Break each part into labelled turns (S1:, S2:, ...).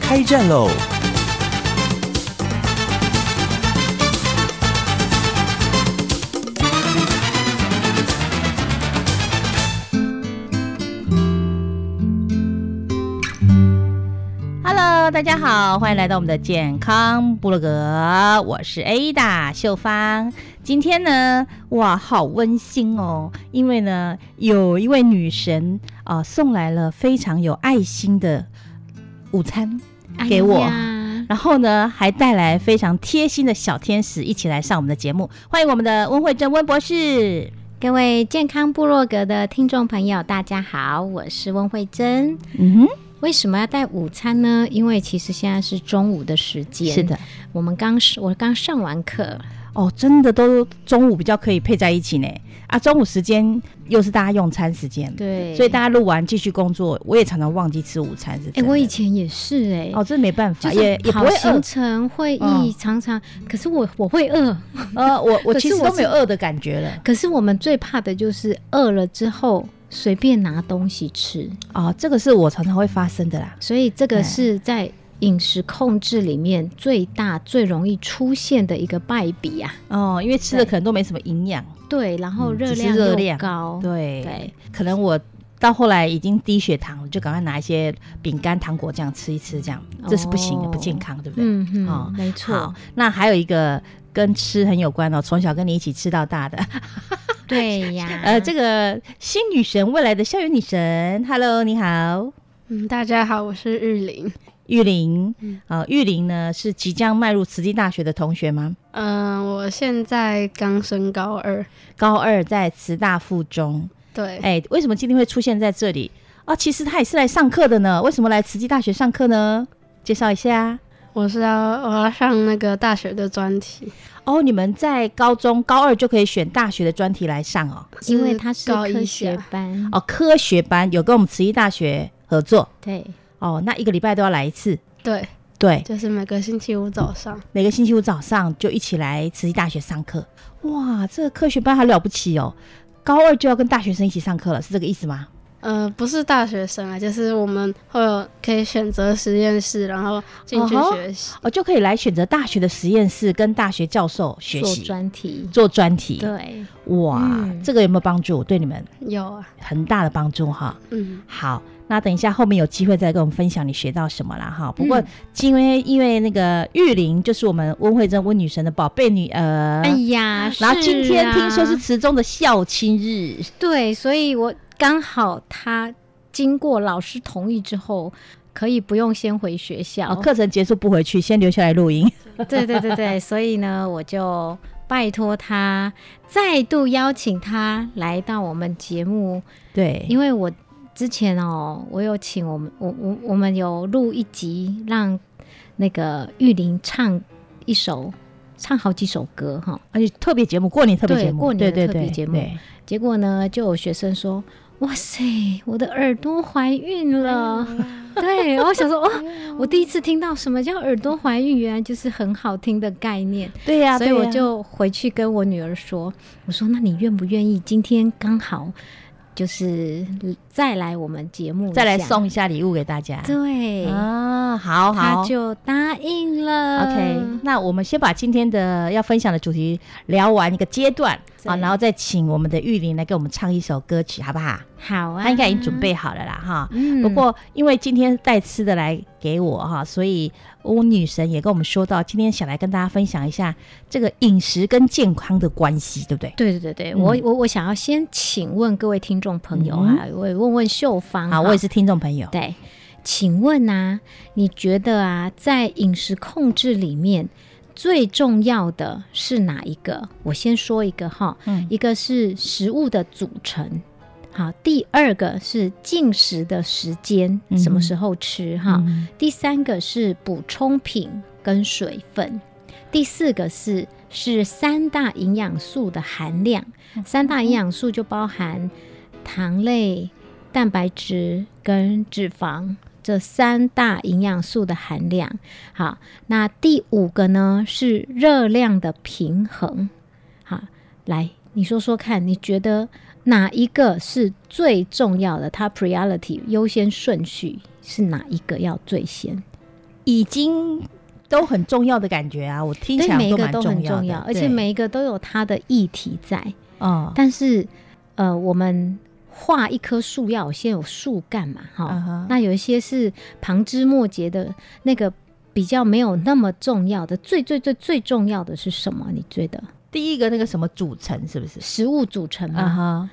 S1: 开战喽！
S2: Hello，大家好，欢迎来到我们的健康部落格，我是 Ada 秀芳。今天呢，哇，好温馨哦，因为呢，有一位女神啊、呃送来了非常有爱心的午餐给我。
S3: 哎呀
S2: 然后呢，还带来非常贴心的小天使一起来上我们的节目，欢迎我们的温慧珍温博士。
S3: 各位健康部落格的听众朋友，大家好，我是温慧珍。
S2: 嗯
S3: 为什么要带午餐呢？因为其实现在是中午的时间，
S2: 是，的，
S3: 我们刚是我刚上完课，
S2: 哦，真的都中午比较可以配在一起呢。啊，中午时间又是大家用餐时间，
S3: 对
S2: 所以大家录完继续工作，我也常常忘记吃午餐是真
S3: 哎、
S2: 的。
S3: 我以前也是哎、
S2: 哦，这没办法，
S3: 就是
S2: 也也不
S3: 跑
S2: 会
S3: 行
S2: 饿。
S3: 程会
S2: 嗯
S3: 议，常常，可是我我会饿，
S2: 呃，我我
S3: 可是
S2: 其实
S3: 我
S2: 都没有
S3: 是
S2: 饿的感觉了。
S3: 可是我们最怕的就是饿了之后随便拿东西吃，
S2: 哦，这个是我常常会发生的啦。
S3: 所以这
S2: 哎
S3: 个是在饮食控制里面最大最容易出现的一个败笔啊。
S2: 哦，因为吃的
S3: 对
S2: 可能都没什么营养。
S3: 对，然后
S2: 嗯
S3: 热
S2: 只是
S3: 量
S2: 热
S3: 又
S2: 量
S3: 高，
S2: 对，
S3: 哦对
S2: 可能我到后来已经低血糖，就赶快拿一些饼干、糖果这样吃一吃，这样这是不行的，
S3: 哦
S2: 不健康，对不对？
S3: 嗯嗯，
S2: 哦
S3: 没
S2: 好
S3: 错，，
S2: 那还有一个跟吃很有关哦，从小跟你一起吃到大的，，
S3: 对呀
S2: 呃，这个新女神，未来的校园女神，Hello，你好，
S4: 嗯，大家好，我是玉玲。
S2: 玉玲
S4: 嗯，
S2: 呃，玉玲呢是即将迈入慈济大学的同学吗？
S4: 嗯、我现在刚升高二。
S2: 高二在慈大附中，
S4: 对，
S2: 哎，为什么今天会出现在这里啊？其实她也是来上课的呢，为什么来慈济大学上课呢？介绍一下
S4: 我是要我要上那个大学的专题，
S2: 哦，你们在高中高二就可以选大学的专题来上哦，
S3: 因为它是
S4: 高
S3: 科
S4: 一
S3: 学
S4: 下。
S3: 班，
S2: 哦，科学班有跟我们慈济大学合作
S3: 对，
S2: 哦，那一个礼拜都要来一次，
S4: 对，
S2: 对，
S4: 就是每个星期五早上。
S2: 每个星期五早上就一起来慈济大学上课。哇，这个科学班好了不起哦！高二就要跟大学生一起上课了，是这个意思吗？
S4: 呃，不是大学生啊，就是我们会有可以选择实验室，然后进去
S2: 哦吼
S4: 学习。
S2: 哦，就可以来选择大学的实验室，跟大学教授学
S3: 做
S2: 习
S3: 专题，
S2: 做专题。
S3: 对，
S2: 哇，
S3: 嗯
S2: 这个有没有帮助？对你们
S4: 有啊，
S2: 很大的帮助哈。
S4: 嗯，
S2: 好，那等一下后面有机会再跟我们分享你学到什么啦哈。不过
S3: 嗯
S2: 因为、因为那个玉玲就是我们温慧珍温女神的宝贝女儿，
S3: 哎呀，
S2: 呃然后今天听说是
S3: 啊
S2: 池中的校亲日。
S3: 对，所以我刚好他经过老师同意之后。可以不用先回学校，
S2: 哦，课程结束不回去，先留下来录音。
S3: 对对对对，所以呢，我就拜托他再度邀请他来到我们节目，
S2: 对，
S3: 因为我之前哦，我有请我们我我我们有录一集，让那个玉玲唱一首，唱好几首歌哈。
S2: 而且特别节目，过年特别节目，
S3: 对过年的
S2: 对对
S3: 特别
S2: 对
S3: 节目
S2: 对
S3: 结果呢，就有学生说：“哇塞，我的耳朵怀孕
S4: 哎
S3: 了。”
S2: 嗯
S3: 对，我想说，哦，我第一次听到什么叫耳朵怀孕，原来就是很好听的概念。
S2: 对呀、
S3: 所以
S2: 对
S3: 啊我
S2: 呀
S3: 就回去跟我女儿说：“我说，那你愿不愿意今天刚好就是再来我们节目一下，
S2: 再来送一下礼物给大家。
S3: 对，
S2: 啊，好好
S3: 他。就答应了。
S2: OK，那我们先把今天的要分享的主题聊完一个阶段
S3: 对
S2: 啊，然后再请我们的玉玲来给我们唱一首歌曲，好不好？
S3: 好啊，
S2: 她应该已经准备。好了啦，哈。
S3: 嗯，
S2: 不过因为今天带吃的来给我哈，所以我女神也跟我们说到，今天想来跟大家分享一下这个饮食跟健康的关系，对不对？
S3: 对对对对，
S2: 嗯
S3: 我我我想要先请问各位听众朋友啊，我也问问秀芳
S2: 嗯好，
S3: 啊
S2: 我也是听众朋友。
S3: 对，请问啊，你觉得啊，在饮食控制里面最重要的是哪一个？我先说一个哈，
S2: 嗯
S3: 一个是食物的组成，好，第二个是进食的时间，
S5: 嗯哼
S3: 什么时候吃哈？
S5: 嗯
S3: 第三个是补充品跟水分，第四个是是三大营养素的含量，三大营养素就包含糖类、蛋白质跟脂肪这三大营养素的含量。好，那第五个呢是热量的平衡。好，来你说说看，你觉得哪一个是最重要的？它 priority 优先顺序是哪一个要最先？
S5: 已经都很重要的感觉啊，我听起
S3: 对，
S5: 来
S3: 每一个
S5: 蛮
S3: 都很
S5: 要
S3: 重
S5: 的
S3: 要，而且
S5: 对
S3: 每一个都有它的议题在。
S5: 哦，
S3: 但是，呃，我们画一棵树要先有树干嘛，哈、
S5: 嗯哼
S3: 那有一些是旁枝末节的那个比较没有那么重要的，最最最最重要的是什么？你觉得
S5: 第一个那个什么组成是不是？
S3: 食物组成
S5: 啊
S3: 吗？
S5: 哈，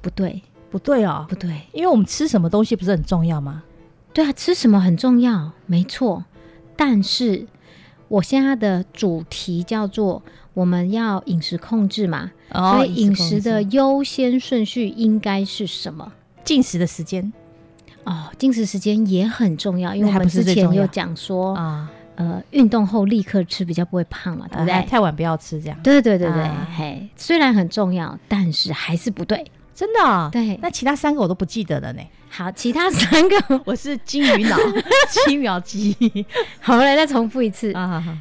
S3: 不对，
S5: 不对哦
S3: 不，对，
S5: 因为我们吃什么东西不是很重要吗？
S3: 对啊，吃什么很重要，没错。但是我现在的主题叫做我们要饮食控制嘛，
S5: 哦
S3: 所以饮食的
S5: 控制
S3: 优先顺序应该是什么？
S5: 进食的时间
S3: 哦，进食时间也很重要，因为
S5: 那还
S3: 我们
S5: 不是
S3: 之
S5: 最
S3: 前
S5: 重要
S3: 有讲说，
S5: 啊，
S3: 呃，运动后立刻吃比较不会胖嘛，对
S5: 对
S3: 不对？
S5: 啊哎太晚不要吃这样，
S3: 对对对对，
S5: 啊
S3: 嘿，虽然很重要，但是还是不对。
S5: 真的哦。
S3: 对，
S5: 那其他三个我都不记得了呢，
S3: 好，其他三个，
S5: 我是金鱼 脑、七秒记忆
S3: 好，我来再重复一次。
S5: 啊，好好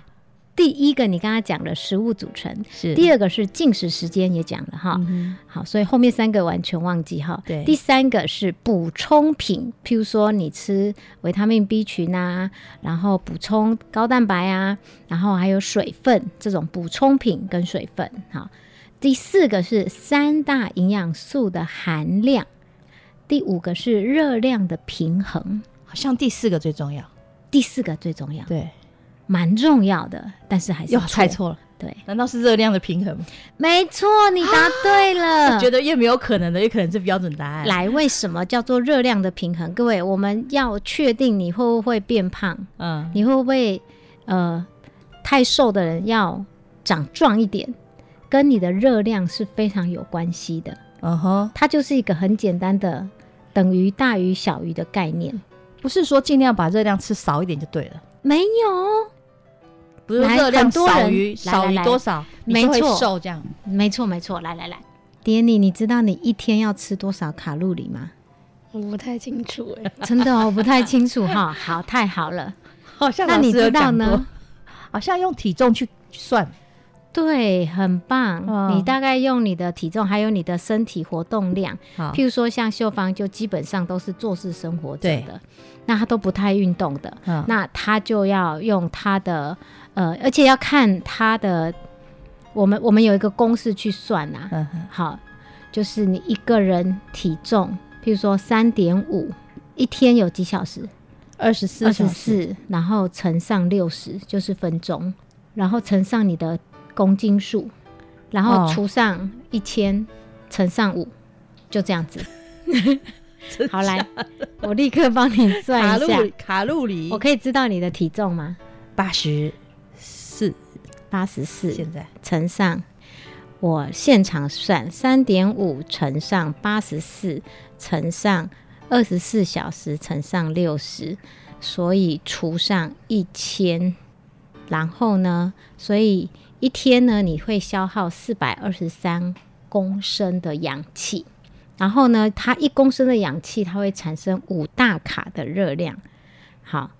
S3: 第一个，你刚刚讲了食物组成；
S5: 是嗯
S3: 第
S5: 二
S3: 二个是进食时间，也讲了哈。好，所以后面三个完全忘记哈。
S5: 对
S3: 第三个是补充品，譬如说你吃维他命 B 群啊，然后补充高蛋白啊，然后还有水分这种补充品跟水分。好，第四个是三大营养素的含量，第五个是热量的平衡，
S5: 好像第四个最重要，
S3: 第四个最重要，
S5: 对，
S3: 蛮重要的，但是还是
S5: 又猜。错了，
S3: 对，
S5: 难道是热量的平衡吗？
S3: 没错，你答对 了。
S5: 觉得越没有可能的，越可能是标准答案。
S3: 来，为什么叫做热量的平衡？各位，我们要确定你会不会变胖，
S5: 嗯，
S3: 你会不会呃太瘦的人要长壮一点，跟你的热量是非常有关系的。
S5: 嗯哼，
S3: 它就是一个很简单的等于大于小于的概念。
S5: 不是说尽量把热量吃少一点就对了，
S3: 没有，
S5: 不是
S3: 来
S5: 热量
S3: 很多人
S5: 少于
S3: 来
S5: 少
S3: 来
S5: 于
S3: 来
S5: 多少，你
S3: 没
S5: 就会
S3: 错
S5: 瘦这样。
S3: 没错，没错。来来来，爹你，你知道你一天要吃多少卡路里吗？
S4: 我不太清楚哎、
S3: 真的哦，我不太清楚 哈。好，太好了。
S5: 好像
S3: 那
S5: 老
S3: 你
S5: 师有
S3: 知道
S5: 讲
S3: 呢
S5: 过？？好像用体重去算，
S3: 对，很棒。
S5: 嗯
S3: 你大概用你的体重，还有你的身体活动量，
S5: 好
S3: 譬如说像秀芳，就基本上都是坐式生活者
S5: 对
S3: 的，那她都不太运动的，
S5: 嗯
S3: 那她就要用她的呃，而且要看她的，我们我们有一个公式去算啊，
S5: 嗯哼
S3: 好，就是你一个人体重，譬如说三点五，一天有几小时？
S5: 二十四
S3: 二十四，然后乘上六十就是分钟，然后乘上你的公斤数，然后
S5: 哦
S3: 除上一千、乘上五，就这 样子。好，来，我立刻帮你
S5: 卡
S3: 算一
S5: 路
S3: 下。
S5: 里卡路里，
S3: 我可以知道你的体重吗？
S5: 八十四，
S3: 八十四
S5: 现在
S3: 乘上，我现场算三点五乘上八十四乘上二十四小时乘上六十，所以除上一千，然后呢，所以一天呢你会消耗四百二十三公升的氧气，然后呢，它一公升的氧气它会产生五大卡的热量，好，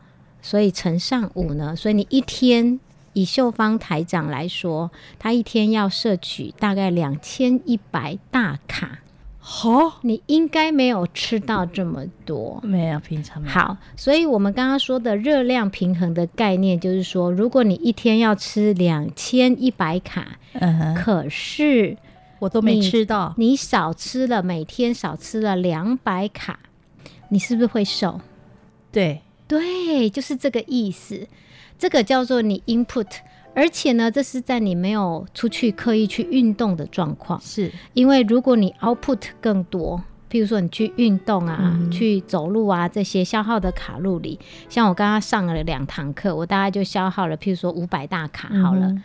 S3: 所以乘上五呢，所以你一天。以秀芳台长来说，他一天要摄取大概两千一百大卡，
S5: 好
S3: 你应该没有吃到这么多。
S5: 没有平
S2: 嗯
S5: 常没有
S3: 好，所以我们刚刚说的热量平衡的概念，就是说，如果你一天要吃两千一百卡，
S5: 嗯哼，
S3: 可是
S5: 我都没
S3: 你
S5: 吃到，
S3: 你少吃了，每天少吃了两百卡，你是不是会瘦？
S5: 对，
S3: 对，就是这个意思。这个叫做你 input，而且呢，这是在你没有出去刻意去运动的状况。
S5: 是
S3: 因为如果你 output 更多，譬如说你去运动啊、
S5: 嗯
S3: 去走路啊，这些消耗的卡路里，像我刚刚上了两堂课，我大概就消耗了，譬如说五百大卡好了。
S5: 嗯哼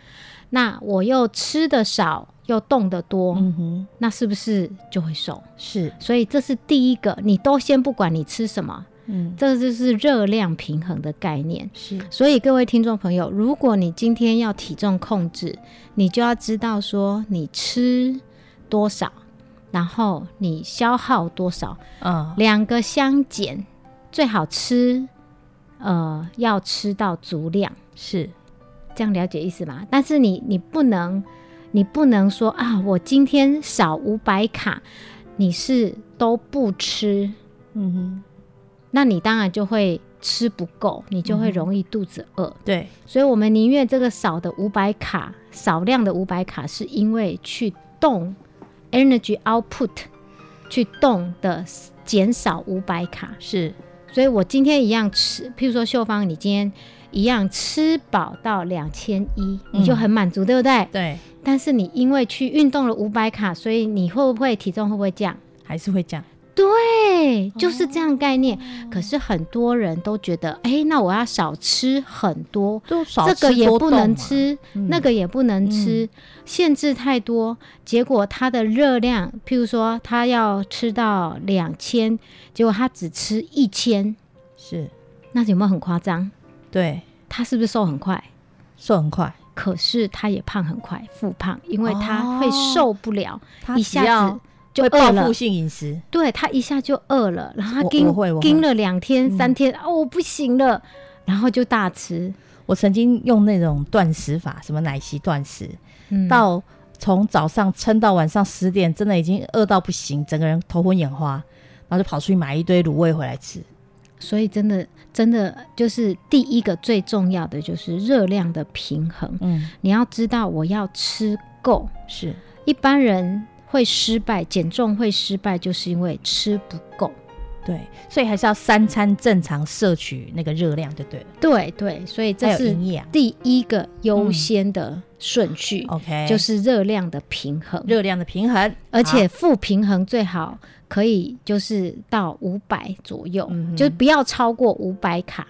S3: 那我又吃的少，又动得多，
S5: 嗯哼，
S3: 那是不是就会瘦？
S5: 是，
S3: 所以这是第一个，你都先不管你吃什么，
S5: 嗯，
S3: 这就是热量平衡的概念。
S5: 是，
S3: 所以各位听众朋友，如果你今天要体重控制，你就要知道说你吃多少，然后你消耗多少，
S5: 嗯，
S3: 两个相减，最好吃，呃，要吃到足量，
S5: 是，
S3: 这样了解意思吗？但是你你不能，你不能说啊，我今天少五百卡，你是都不吃，
S5: 嗯哼，
S3: 那你当然就会吃不够，你就
S5: 嗯
S3: 会
S5: 哼
S3: 容易肚子饿。
S5: 对，
S3: 所以我们宁愿这个少的五百卡，少量的五百卡，是因为去动 energy output 去动的减少五百卡。
S5: 是，
S3: 所以我今天一样吃，譬如说秀芳，你今天一样吃饱到两千一，你就很满足，对不对？
S5: 对，
S3: 但是你因为去运动了五百卡，所以你会不会体重会不会降？
S5: 还是会这样，
S3: 对，就是这样
S2: 哦
S3: 概念。可是很多人都觉得，哎、那我要少吃很多，
S5: 就少
S3: 这个
S5: 吃
S3: 也
S5: 多
S3: 不
S5: 动
S3: 能
S5: 嘛，
S3: 吃，
S5: 嗯
S3: 那个也不能吃，限制太多，结果它的热量，譬如说他要吃到两千，结果他只吃一千，
S5: 是，
S3: 那有没有很夸张？
S5: 对，
S3: 他是不是瘦很快？
S5: 瘦很快，
S3: 可是他也胖很快，复胖，因为他
S5: 哦
S3: 会受不了，
S5: 他
S3: 一
S5: 只
S3: 下
S5: 要
S3: 子就
S5: 会
S3: 饿
S5: 报
S3: 了
S5: 复。性饮食，
S3: 对他一下就饿了，然后他
S5: 我
S3: 盯
S5: 我会我会
S3: 盯了两天
S5: 嗯
S3: 三天，哦，我不行了，然后就大吃。
S5: 我曾经用那种断食法，什么奶昔断食，
S3: 嗯，
S5: 到从早上撑到晚上十点，真的已经饿到不行，整个人头昏眼花，然后就跑出去买一堆卤味回来吃。
S3: 所以真的真的就是第一个最重要的就是热量的平衡，
S5: 嗯，
S3: 你要知道我要吃够。
S5: 是
S3: 一般人会失败，减重会失败，就是因为吃不够。
S2: 对，所以还是要三餐正常摄取那个热量，就对了，
S3: 对对，所以
S2: 还
S3: 这
S2: 有
S3: 是
S2: 营养。
S3: 第一个优先的顺序，
S2: 嗯 OK，
S3: 就
S2: 就是
S3: 是热量的平衡。
S2: 热量的平衡，
S3: 而且负平衡最好可以就是到五百左右，
S2: 嗯哼
S3: 就是不要超过五百卡。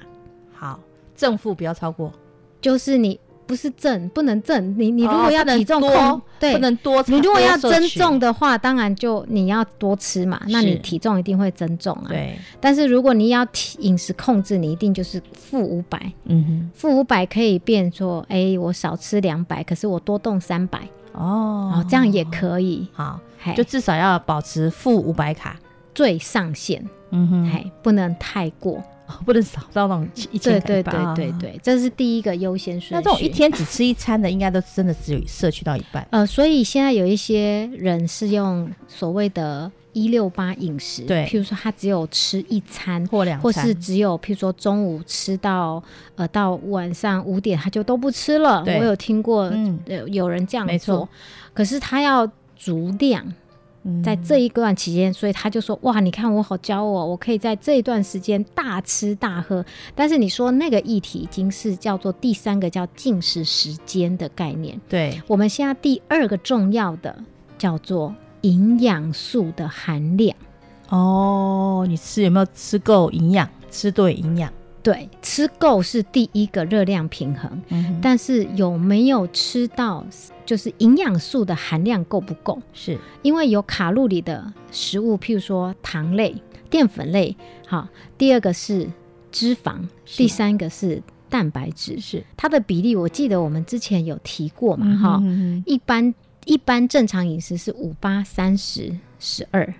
S2: 好好正负不要超过，
S3: 就是你不是正不能正，你你如果要
S2: 哦不能
S3: 体重控，
S2: 多
S3: 对，
S2: 不能多。
S3: 你如果要
S2: 多摄
S3: 增
S2: 取
S3: 重，的话，当然就你要多吃嘛，那
S2: 是
S3: 你体重一定会增重啊。，
S2: 对，
S3: 但是如果你要体饮食控制，你一定就是负五百，
S2: 嗯
S3: 负五百可以变说，哎、我少吃两百，可是我多动三百，
S2: 哼，哦
S3: 哦，，这样也可以，
S2: 好，
S3: 嘿，
S2: 就
S3: 就
S2: 至少要保持负五百卡，
S3: 最上限，
S2: 嗯哼，
S3: 嘿，不能太过。
S2: 哦不能少到那种一
S3: 对
S2: 千
S3: 对对对。
S2: 啊
S3: 对，这是第一个优先顺序。
S2: 那这种一天只吃一餐的，应该都真的只有摄取到一半。
S3: 呃，所以现在有一些人是用所谓的“一六八”饮食，
S2: 对
S3: 譬如说他只有吃一餐，
S2: 或两
S3: 或
S2: 餐
S3: 是只有譬如说中午吃到呃到晚上五点他就都不吃了。
S2: 对
S3: 我有听过、
S2: 嗯
S3: 呃有人这样
S2: 没错
S3: 做，可是他要。足量
S2: 嗯
S3: 在这一段期间，所以他就说：“哇，你看我好骄傲哦，我可以在这一段时间大吃大喝。”但是你说那个议题已经是叫做第三个叫进食时间的概念，
S2: 对
S3: 我们现在第二个重要的叫做营养素的含量，
S2: 哦，你吃有没有吃够营养？吃对营养，
S3: 对，吃够是第一个热量平衡，
S2: 嗯哼，
S3: 但是有没有吃到就是营养素的含量够不够？
S2: 是
S3: 因为有卡路里的食物，譬如说糖类、淀粉类，好，第二个是脂肪，第三个是蛋白质，
S2: 是
S3: 它的比例我记得我们之前有提过嘛，哈、
S2: 嗯
S3: 一般一般正常饮食是五八三十十二，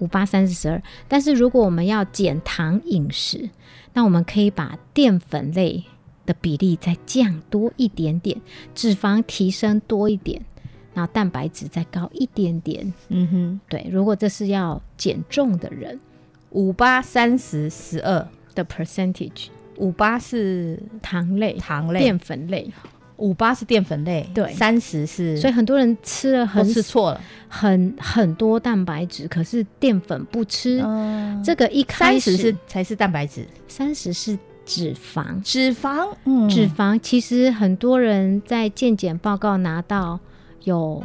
S3: 五八三十十二。但是如果我们要减糖饮食，那我们可以把淀粉类的比例再降多一点点，脂肪提升多一点，然后蛋白质再高一点点。
S2: 嗯哼，
S3: 对，如果这是要减重的人
S2: 五八三十十二，
S3: 的 percentage，
S2: 五八是
S3: 糖类、
S2: 糖类，
S3: 淀粉类，
S2: 五八是淀粉类，
S3: 对
S2: 三十是，
S3: 所以很多人吃了
S2: 都
S3: 很
S2: 吃错了，
S3: 很很多蛋白质，可是淀粉不吃。
S2: 嗯，
S3: 这个一开
S2: 三
S3: 始
S2: 十是才是蛋白质，
S3: 三十是脂肪，
S2: 脂肪，嗯，
S3: 脂肪其实很多人在健检报告拿到有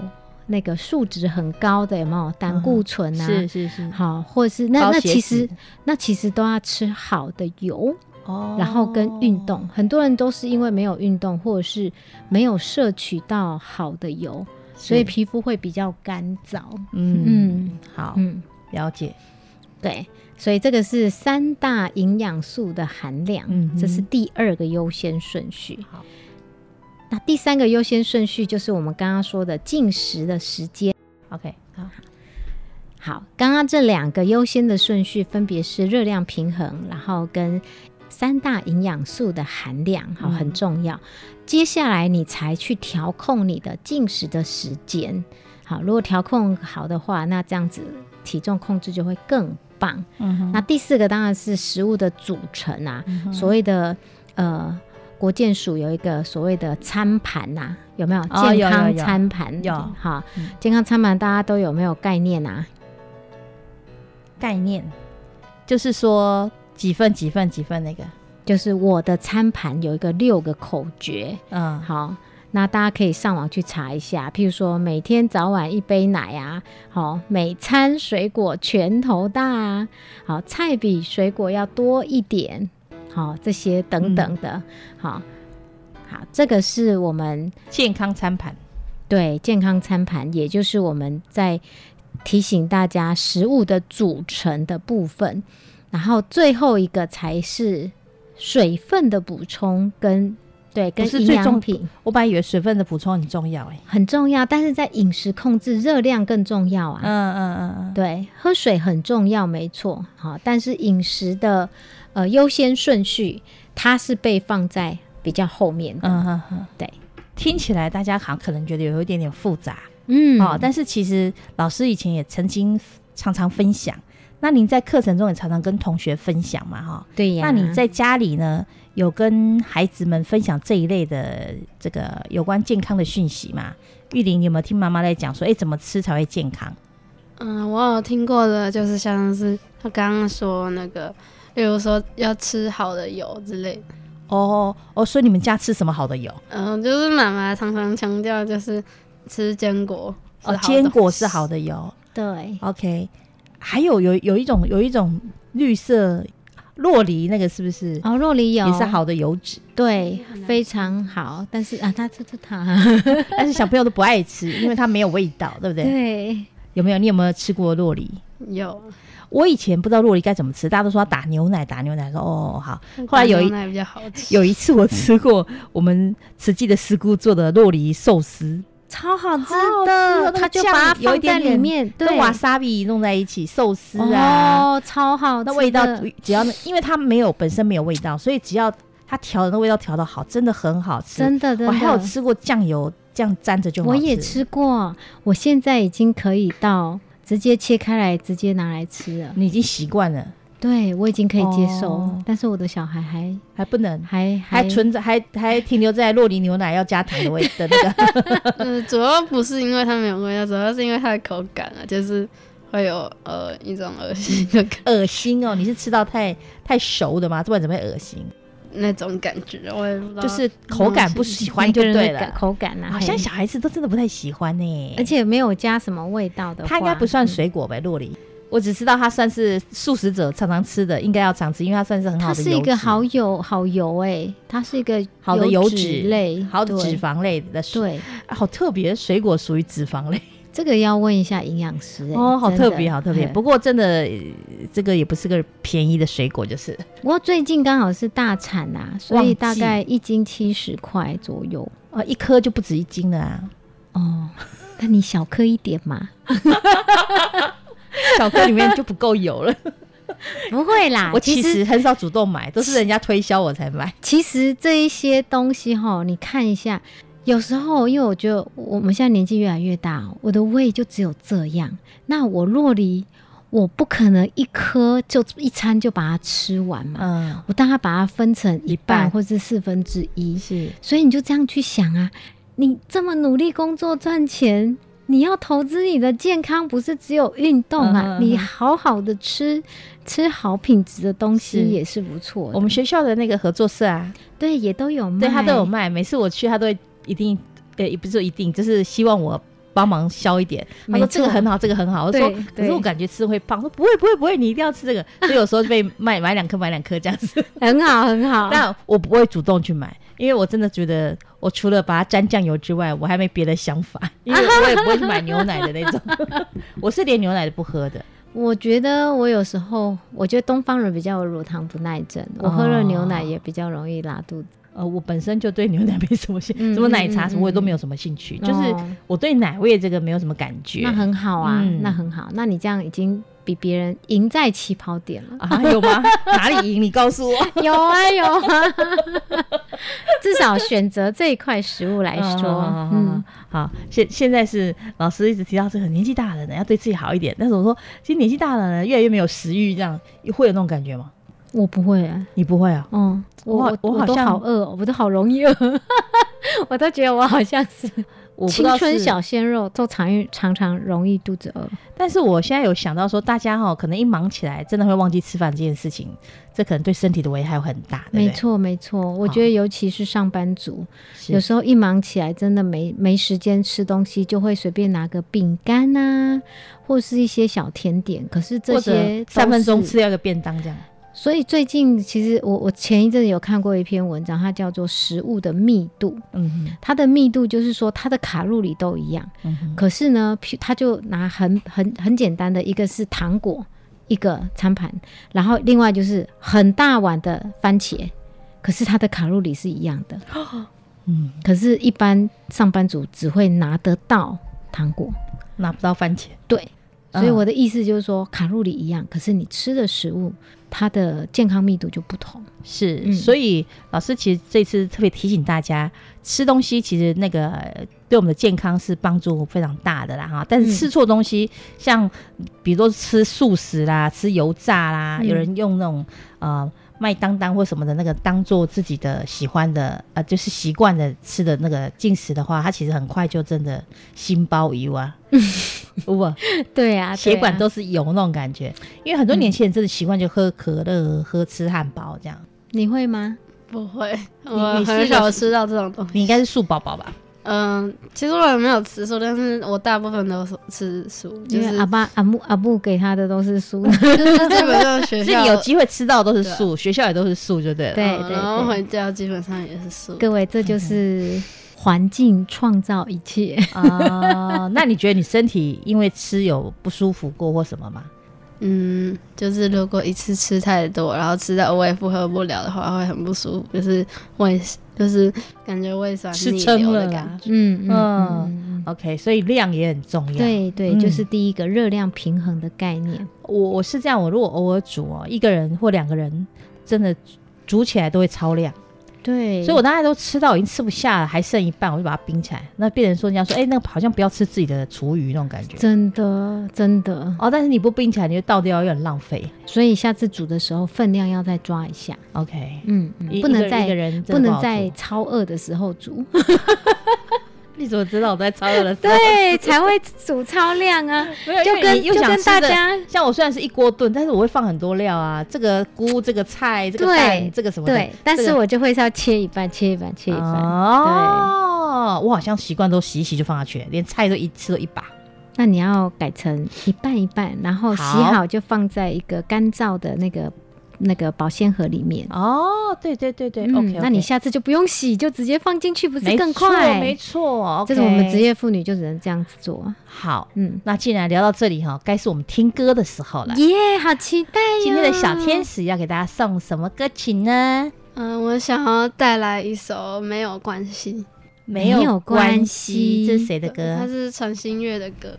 S3: 那个数值很高的，有没有胆固醇啊？
S2: 嗯是是是，
S3: 好，或是那
S2: 高
S3: 那
S2: 血
S3: 其实
S2: 脂
S3: 那其实都要吃好的油，
S2: 哦
S3: 然后跟运动，很多人都是因为没有运动，或者是没有摄取到好的油，所以皮肤会比较干燥。
S2: 嗯
S3: 嗯
S2: 好
S3: 嗯，
S2: 了解，
S3: 对，所以这个是三大营养素的含量，
S2: 嗯哼
S3: 这是第二个优先顺序。
S2: 好
S3: 那第三个优先顺序就是我们刚刚说的进食的时间。
S2: OK 好
S3: 好，刚刚这两个优先的顺序分别是热量平衡，然后跟三大营养素的含量，好，
S2: 嗯
S3: 很重要。接下来你才去调控你的进食的时间。好，如果调控好的话，那这样子体重控制就会更棒。
S2: 嗯哼
S3: 那第四个当然是食物的组成啊，
S2: 嗯哼
S3: 所谓的呃，国健署有一个所谓的餐盘呐、啊有没有
S2: 哦有
S3: 健康
S2: 有有
S3: 餐盘？
S2: 有
S3: 哈
S2: 嗯，
S3: 健康餐盘大家都有没有概念啊？
S2: 概念就是说几份几份几份那个，
S3: 就是我的餐盘有一个六个口诀，
S2: 嗯，
S3: 好。那大家可以上网去查一下，譬如说每天早晚一杯奶啊，好，每餐水果拳头大啊，好，菜比水果要多一点，好，这些等等的，
S2: 嗯
S3: 好，好，这个是我们
S2: 健康餐盘，
S3: 对，健康餐盘，也就是我们在提醒大家食物的组成的部分，然后最后一个才是水分的补充跟对跟
S2: 不是
S3: 营
S2: 最
S3: 养
S2: 重
S3: 品
S2: 我本来以为水分的补充很重要哎，
S3: 很重要，但是在饮食控制热量更重要啊。
S2: 嗯嗯嗯嗯，
S3: 对，喝水很重要，没错，好，但是饮食的呃优先顺序，它是被放在比较后面的。
S2: 嗯哼哼，
S3: 对，
S2: 听起来大家好像可能觉得有一点点复杂
S3: 嗯
S2: 哦，但是其实老师以前也曾经常常分享，那您在课程中也常常跟同学分享嘛哈，
S3: 对呀，
S2: 那你在家里呢，有跟孩子们分享这一类的这个有关健康的讯息吗？玉玲你有没有听妈妈在讲说，哎，怎么吃才会健康？
S4: 嗯，我有听过的，就是像是他刚刚说那个，例如说要吃好的油之类的。
S2: 哦哦，所以你们家吃什么好的哦油？
S4: 嗯，就是妈妈常常强调，就是吃坚果。
S2: 哦，坚果是好
S4: 的。
S2: 的油。
S3: 对
S2: OK，还有有有一种有一种绿色洛梨，那个是不是、
S3: 哦，肉里有
S2: 也是好的油脂？
S3: 对，非常好。但是啊，他这这他，
S2: 但是小朋友都不爱吃，因为它没有味道，对不 对？
S3: 对，
S2: 有没有？你有没有吃过洛梨？
S4: 有，
S2: 我以前不知道洛梨该怎么吃，大家都说要打牛奶，打牛奶，说哦好。后来有一
S4: 牛奶比较好吃，
S2: 有一次我吃过我们慈济的师姑做的洛梨寿司，
S3: 超好吃
S2: 的
S3: 他就把它放在里面，
S2: 跟
S3: 对，
S2: 瓦萨比弄在一起，寿司啊，
S3: 哦，超好，
S2: 那味道只要那因为它没有本身没有味道，所以只要它调的那味道调的好，真的很好吃。
S3: 真的真的。
S2: 我还有吃过酱油这样沾着就很好
S3: 我也，吃过，我现在已经可以到直接切开来，直接拿来吃了。
S2: 你已经习惯了，
S3: 对我已经可以接受，
S2: 哦
S3: 但是我的小孩还
S2: 还不能。
S3: 还
S2: 还存着，还还停留在洛梨牛奶要加糖的味的那 个，
S4: 嗯，主要不是因为它没有味道，主要是因为它的口感啊，就是会有呃一种恶心的感
S2: 恶心哦！你是吃到太太熟的吗？这不然怎么会恶心？
S4: 那种感觉，我也不知道。
S2: 就是口感不喜欢
S3: 每
S2: 就
S3: 个人
S2: 对
S3: 的
S2: 了
S3: 感。口感啊，
S2: 好像
S3: 嘿
S2: 小孩子都真的不太喜欢呢、
S3: 而且没有加什么味道的话，
S2: 它应该不算水果呗，洛梨。我只知道它算是素食者常常吃的，应该要常吃，因为它算是很好
S3: 它
S2: 的
S3: 是一
S2: 油
S3: 个
S2: 脂
S3: 好油好油哎、它是一个
S2: 好的油
S3: 脂
S2: 脂
S3: 类，
S2: 好的
S3: 对
S2: 脂肪类的水，
S3: 对，
S2: 啊好特别，水果属于脂肪类
S3: 这个要问一下营养师、欸、
S2: 哦，好
S3: 真的
S2: 特别，好特别。
S3: 嘿
S2: 不过真的，呃这个也不是个便宜的水果，就是
S3: 不过最近刚好是大产啊，所
S2: 旺
S3: 以
S2: 季
S3: 大概一斤七十块左右
S2: 哦，一颗就不止一斤了啊。
S3: 哦。那你小颗一点嘛？
S2: 小颗里面就不够油了。
S3: 不会啦，
S2: 我
S3: 啊其
S2: 其实很少主动买，都是人家推销我才买。
S3: 其实这一些东西哈，你看一下，有时候因为我觉得我们现在年纪越来越大，我的胃就只有这样。那我洛梨，我不可能一颗就一餐就把它吃完嘛，
S2: 嗯，
S3: 我大概把它分成一
S2: 一
S3: 半
S2: 半
S3: 或是四分之一。
S2: 嗯是
S3: 所以你就这样去想啊，你这么努力工作赚钱，你要投资你的健康，不是只有运动
S2: 嗯
S3: 啊，
S2: 哼
S3: 你好好的吃，吃好品质的东西
S2: 是
S3: 也是不错的。
S2: 我们学校的那个合作社啊，
S3: 对也都有卖，
S2: 对他都有卖，每次我去他都会一定，呃，也不是说一定，就是希望我帮忙削一点。他
S5: 没
S2: 说
S5: 错
S2: 这个很好，这个很好。我
S5: 对
S2: 说可
S5: 对
S2: 是我感觉吃会胖。我说不会不会不会，你一定要吃这个。所以有时候就被买买两颗买两颗这样子。
S3: 很好很好。
S2: 但我不会主动去买，因为我真的觉得我除了把它沾酱油之外，我还没别的想 法。因为我也不会去买牛奶的那种， 我是连牛奶都不喝的。
S3: 我觉得我有时候，我觉得东方人比较有乳糖不耐症，
S2: 哦
S3: 我喝了牛奶也比较容易拉肚子。
S2: 呃，我本身就对牛奶没什么兴，
S3: 嗯
S2: 什么奶茶
S3: 嗯
S2: 什么我也都
S3: 嗯
S2: 没有什么兴趣，就是
S3: 哦
S2: 我对奶味这个没有什么感觉。
S3: 那很好啊，
S2: 嗯
S3: 那很好。那你这样已经比别人赢在起跑点 了。
S2: 啊，有吗？哪里赢？你告诉我。
S3: 有啊有啊， 至少选择这一块食物来说，
S2: 嗯
S3: 嗯，，
S2: 好，现现在是老师一直提到这个年纪大了呢，要对自己好一点。但是我说，其实年纪大了呢，越来越没有食欲，这样会有那种感觉吗？
S3: 我不会啊，
S2: 你不会啊？
S3: 嗯，我
S2: 我好
S3: 我
S2: 我好
S3: 都
S2: 像
S3: 好饿哦，我都好容易饿， 我都觉得我好像是
S2: 我不知
S3: 青
S2: 道
S3: 春
S2: 是
S3: 小鲜肉，都常常常容易肚子饿。
S2: 但是我现在有想到说，大家哈、可能一忙起来，真的会忘记吃饭这件事情，这可能对身体的危害会很大，对
S3: 没
S2: 不对？
S3: 错，没错，我觉得尤其是上班族，
S2: 是
S3: 有时候一忙起来，真的没没时间吃东西，就会随便拿个饼干呐，或是一些小甜点。可是这
S2: 或者
S3: 些都
S2: 三分钟
S3: 是
S2: 吃掉一个便当这样。
S3: 所以最近其实我我前一阵有看过一篇文章，它叫做《食物的密度》，
S2: 嗯哼
S3: 它的密度就是说它的卡路里都一样，
S2: 嗯哼，
S3: 可是呢，譬它就拿很很很简单的一个是糖果一个餐盘，然后另外就是很大碗的番茄，可是它的卡路里是一样的，
S2: 嗯，
S3: 可是，一般上班族只会拿得到糖果，
S2: 拿不到番茄，
S3: 对。
S2: 嗯
S3: 所以我的意思就是说，卡路里一样，可是你吃的食物，它的健康密度就不同。
S2: 是，
S3: 嗯
S2: 所以老师其实这次特别提醒大家，吃东西其实那个呃对我们的健康是帮助非常大的啦哈。但是
S3: 嗯
S2: 吃错东西，像比如说吃素食啦、吃油炸啦，
S3: 嗯
S2: 有人用那种呃麦当当或什么的那个当做自己的喜欢的呃就是习惯的吃的那个进食的话，它其实很快就真的心包油 啊，哇，
S3: 对啊，嗯
S2: 血管都是油那种感觉。因为很多年轻人真的习惯就喝可乐、喝吃汉堡这样。
S3: 你会吗？
S4: 不会，
S2: 你是
S4: 我
S2: 一个
S4: 很少吃到这种东西。
S2: 你应该是素宝宝吧？
S4: 嗯，其实我也没有吃素，但是我大部分都是吃素，就
S3: 因
S4: 是
S2: 啊
S3: 为阿爸、阿木、阿布给他的都是书。
S4: 就是基本上学
S2: 所以
S4: 校啊
S2: 你有机会吃到都是素，学校也都是素就对了。
S3: 对
S4: 嗯
S3: 对
S4: 然后
S3: 对
S4: 回家基本上也是素。
S3: 各位，这就是环境创造一切。
S2: 啊、那你觉得你身体因为吃有不舒服过或什么吗？
S4: 嗯，就是如果一次吃太多，然后吃到胃负荷不了的话，会很不舒服，就是胃就是感觉胃酸
S2: 吃
S4: 逆
S2: 撑
S4: 流
S2: 了
S4: 的感
S2: 啦
S4: 觉。
S3: 嗯嗯
S2: 嗯
S3: 嗯嗯，
S2: OK，所以量也很重要。，
S3: 对对，
S2: 嗯
S3: 就是第一个热量平衡的概念。
S2: 我我是这样，我如果偶尔煮哦，一个人或两个人，真的煮起来都会超量，
S3: 对，
S2: 所以我大家都吃到已经吃不下了，还剩一半，我就把它冰起来。那变成说人家说，哎、那个好像不要吃自己的厨余那种感觉。
S3: 真的真的，
S2: 哦，但是你不冰起来，你就倒掉，有点浪费。
S3: 所以下次煮的时候分量要再抓一下，
S2: OK，
S3: 嗯，
S2: 一
S3: 嗯不
S2: 一个
S3: 能
S2: 一个
S3: 在
S2: 人真的
S3: 不能
S2: 好
S3: 在
S2: 煮
S3: 超饿的时候煮，
S2: 你怎么知道我在超饿的时候？
S3: 对，才会煮超量 啊，
S2: 没有，
S3: 就
S2: 因为
S3: 跟
S2: 你又
S3: 就
S2: 想
S3: 跟
S2: 吃
S3: 大
S2: 的
S3: 家
S2: 像我虽然是一锅炖，但是我会放很多料啊，这个菇、这个菜、这个蛋、
S3: 对
S2: 这个什么的。
S3: 对，但是我就会是要切一半，切一半，切一半。
S2: 哦，我好像习惯都洗一洗就放下去，连菜都一次都一把。
S3: 那你要改成一半一半，然后洗
S2: 好
S3: 好就放在一个干燥的那个那个保鲜盒里面。
S2: 哦，对对对对、
S3: 嗯
S2: o k
S3: 那你下次就不用洗，就直接放进去，不是更快？
S2: 没错，
S3: 这是我们职
S2: 接
S3: 业妇女就只能这样子做。
S2: 好。
S3: 嗯，
S2: 那既然聊到这里哈，该是我们听歌的时候了。
S3: 耶好期待啊哟！
S2: 今天的小天使要给大家送什么歌曲呢？
S4: 嗯，我想要带来一首没有关系，
S3: 没有
S2: 关
S3: 关
S2: 系，
S3: 系
S2: 这是谁的
S4: 它
S2: 歌？
S4: 是陈星月的歌。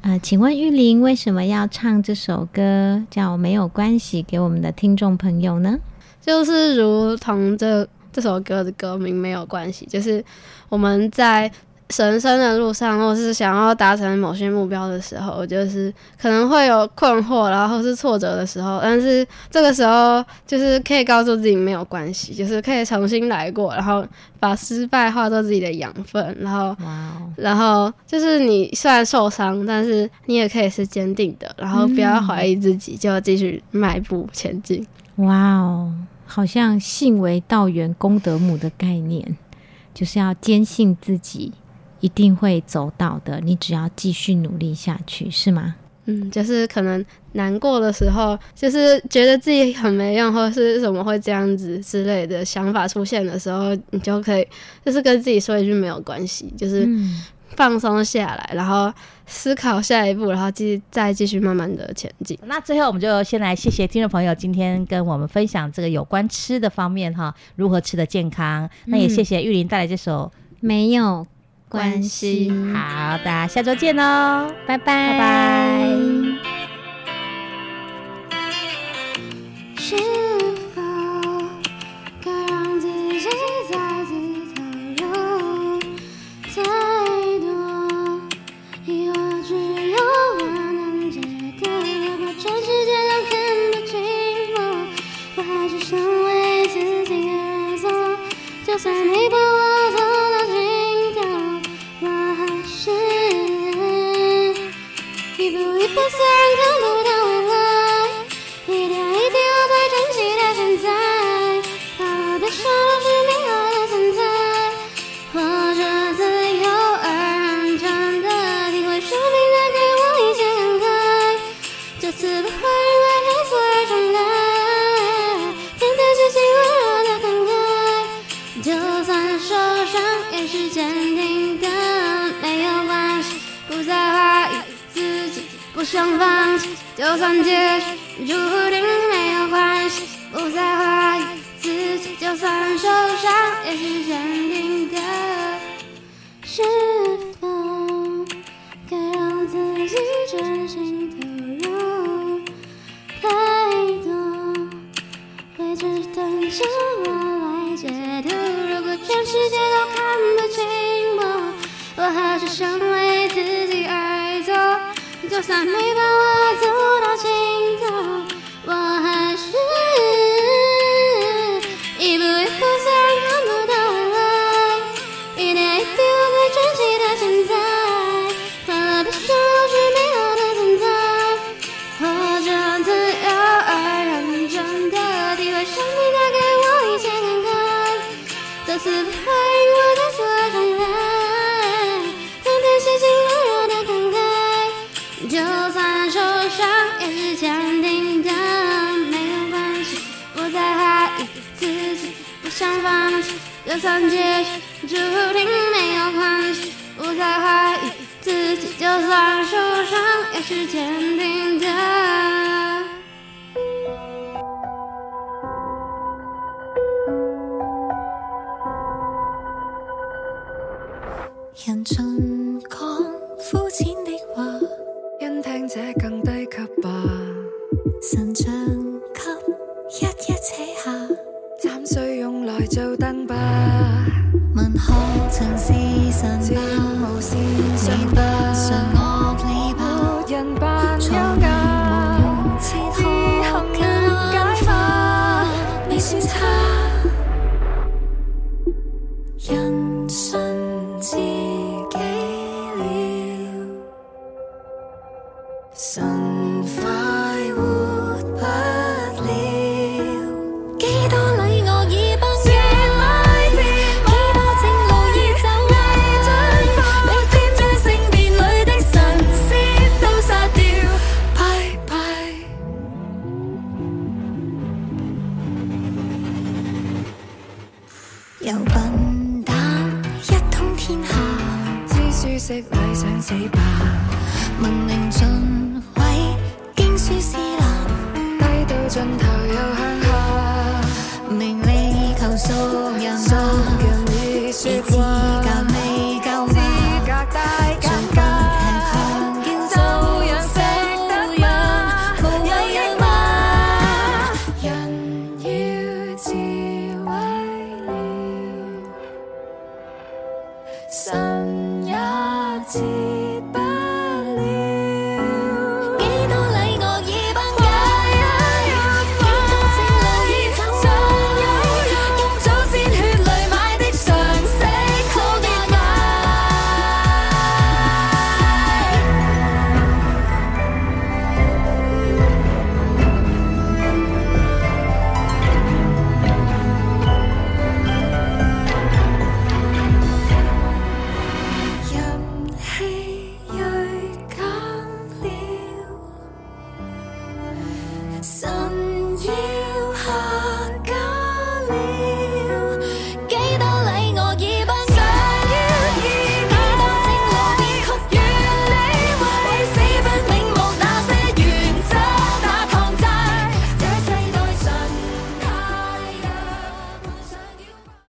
S3: 呃，请问玉玲为什么要唱这首歌叫《没有关系》给我们的听众朋友呢？
S4: 就是如同这这首歌的歌名没有关系，就是我们在神圣的路上，或是想要达成某些目标的时候，就是可能会有困惑，然后是挫折的时候，但是这个时候就是可以告诉自己没有关系，就是可以重新来过，然后把失败化作自己的养分，然后
S3: 哇哦，
S4: 然后就是你虽然受伤，但是你也可以是坚定的，然后不要怀疑自己，就继续迈步前进。
S3: 哇哦，好像信为道源功德母的概念，就是要坚信自己一定会走到的，你只要继续努力下去，是吗？
S4: 嗯，就是可能难过的时候，就是觉得自己很没用，或者是什么会这样子之类的想法出现的时候，你就可以就是跟自己说一句没有关系，就是
S3: 嗯，
S4: 放松下来，然后思考下一步，然后继再继续慢慢的前进。
S2: 那最后我们就先来谢谢听众朋友今天跟我们分享这个有关吃的方面哈，如何吃的健康。那
S3: 嗯
S2: 也谢谢玉林带来这首，
S3: 没有关
S4: 关
S3: 系，
S4: 系嗯
S2: 好的，大家下周见喽。
S3: 拜拜，
S2: 拜拜
S6: 幸福该让自己再次投入，太多疑惑只有我能解答，把全世界都看不清我，我还是成为自己的错，就算你把我走到尽头，我还是。一步一步，虽然看不到未来，一点一滴，我在珍惜的现在。把我的手都是你我的存在，活着自由而认真的体会生命带给我一些感慨。这次不会因为黑色而重来，天天学习温柔的慷慨，就算受伤也是坚定的，没有关系，不再怀疑自己，不想放弃，就算结局注定没有关系，不再怀疑自己，就算受伤也是坚定的。是否该让自己真心投入？太多会只等着我来解读。如果全世界都看不清我，我还是身为自己而做。就算你把我走到尽头，我还是一步一步，虽然看不到未来，一点一滴我会珍惜的现在。快乐的时候是美好的存在。活着自由而认真的体会生命带给我一切感慨，这次不会因为太错而重来，天天学习温柔的慷慨，就算受伤也是坚定的，没有关系，不再怀疑自己，不想放弃，就算结局注定没有关系，不再怀疑自己，就算受伤也是坚定的。
S7: 人尽讲肤浅的话，
S8: 因听者更低級吧，
S7: 神像給一一扯下。
S8: 斬碎用來做燈吧，
S7: 文學曾是神
S8: 似
S7: 吧，
S8: 無線
S7: 你
S8: 上
S7: 不信我你吧，
S8: 無人扮優
S7: 才
S8: 雅，
S7: 無用切
S8: 自行
S7: 學
S8: 亂解化，
S7: 未算差。人信自己了，神快活不了。幾多禮我已不記拉字，幾多正路已走未盡，你尖將聖殿裏的神仙都殺掉，拜拜。有笨蛋一通天下，
S8: 知書識禮想死吧，
S7: 文明盡毀，經書是難，
S8: 低到盡頭又向下，
S7: 名利求數人
S8: 上
S7: 馬，
S8: 人已
S7: 以
S8: 説
S7: 資
S8: 話，
S7: 格未夠
S8: 資
S7: 嘛，
S8: 格大
S7: 做
S8: 減
S7: 棍
S8: 價。
S7: 踢向肩
S8: 就讓食得吧
S7: 無謂讓嘛，人要自毀了，神也自。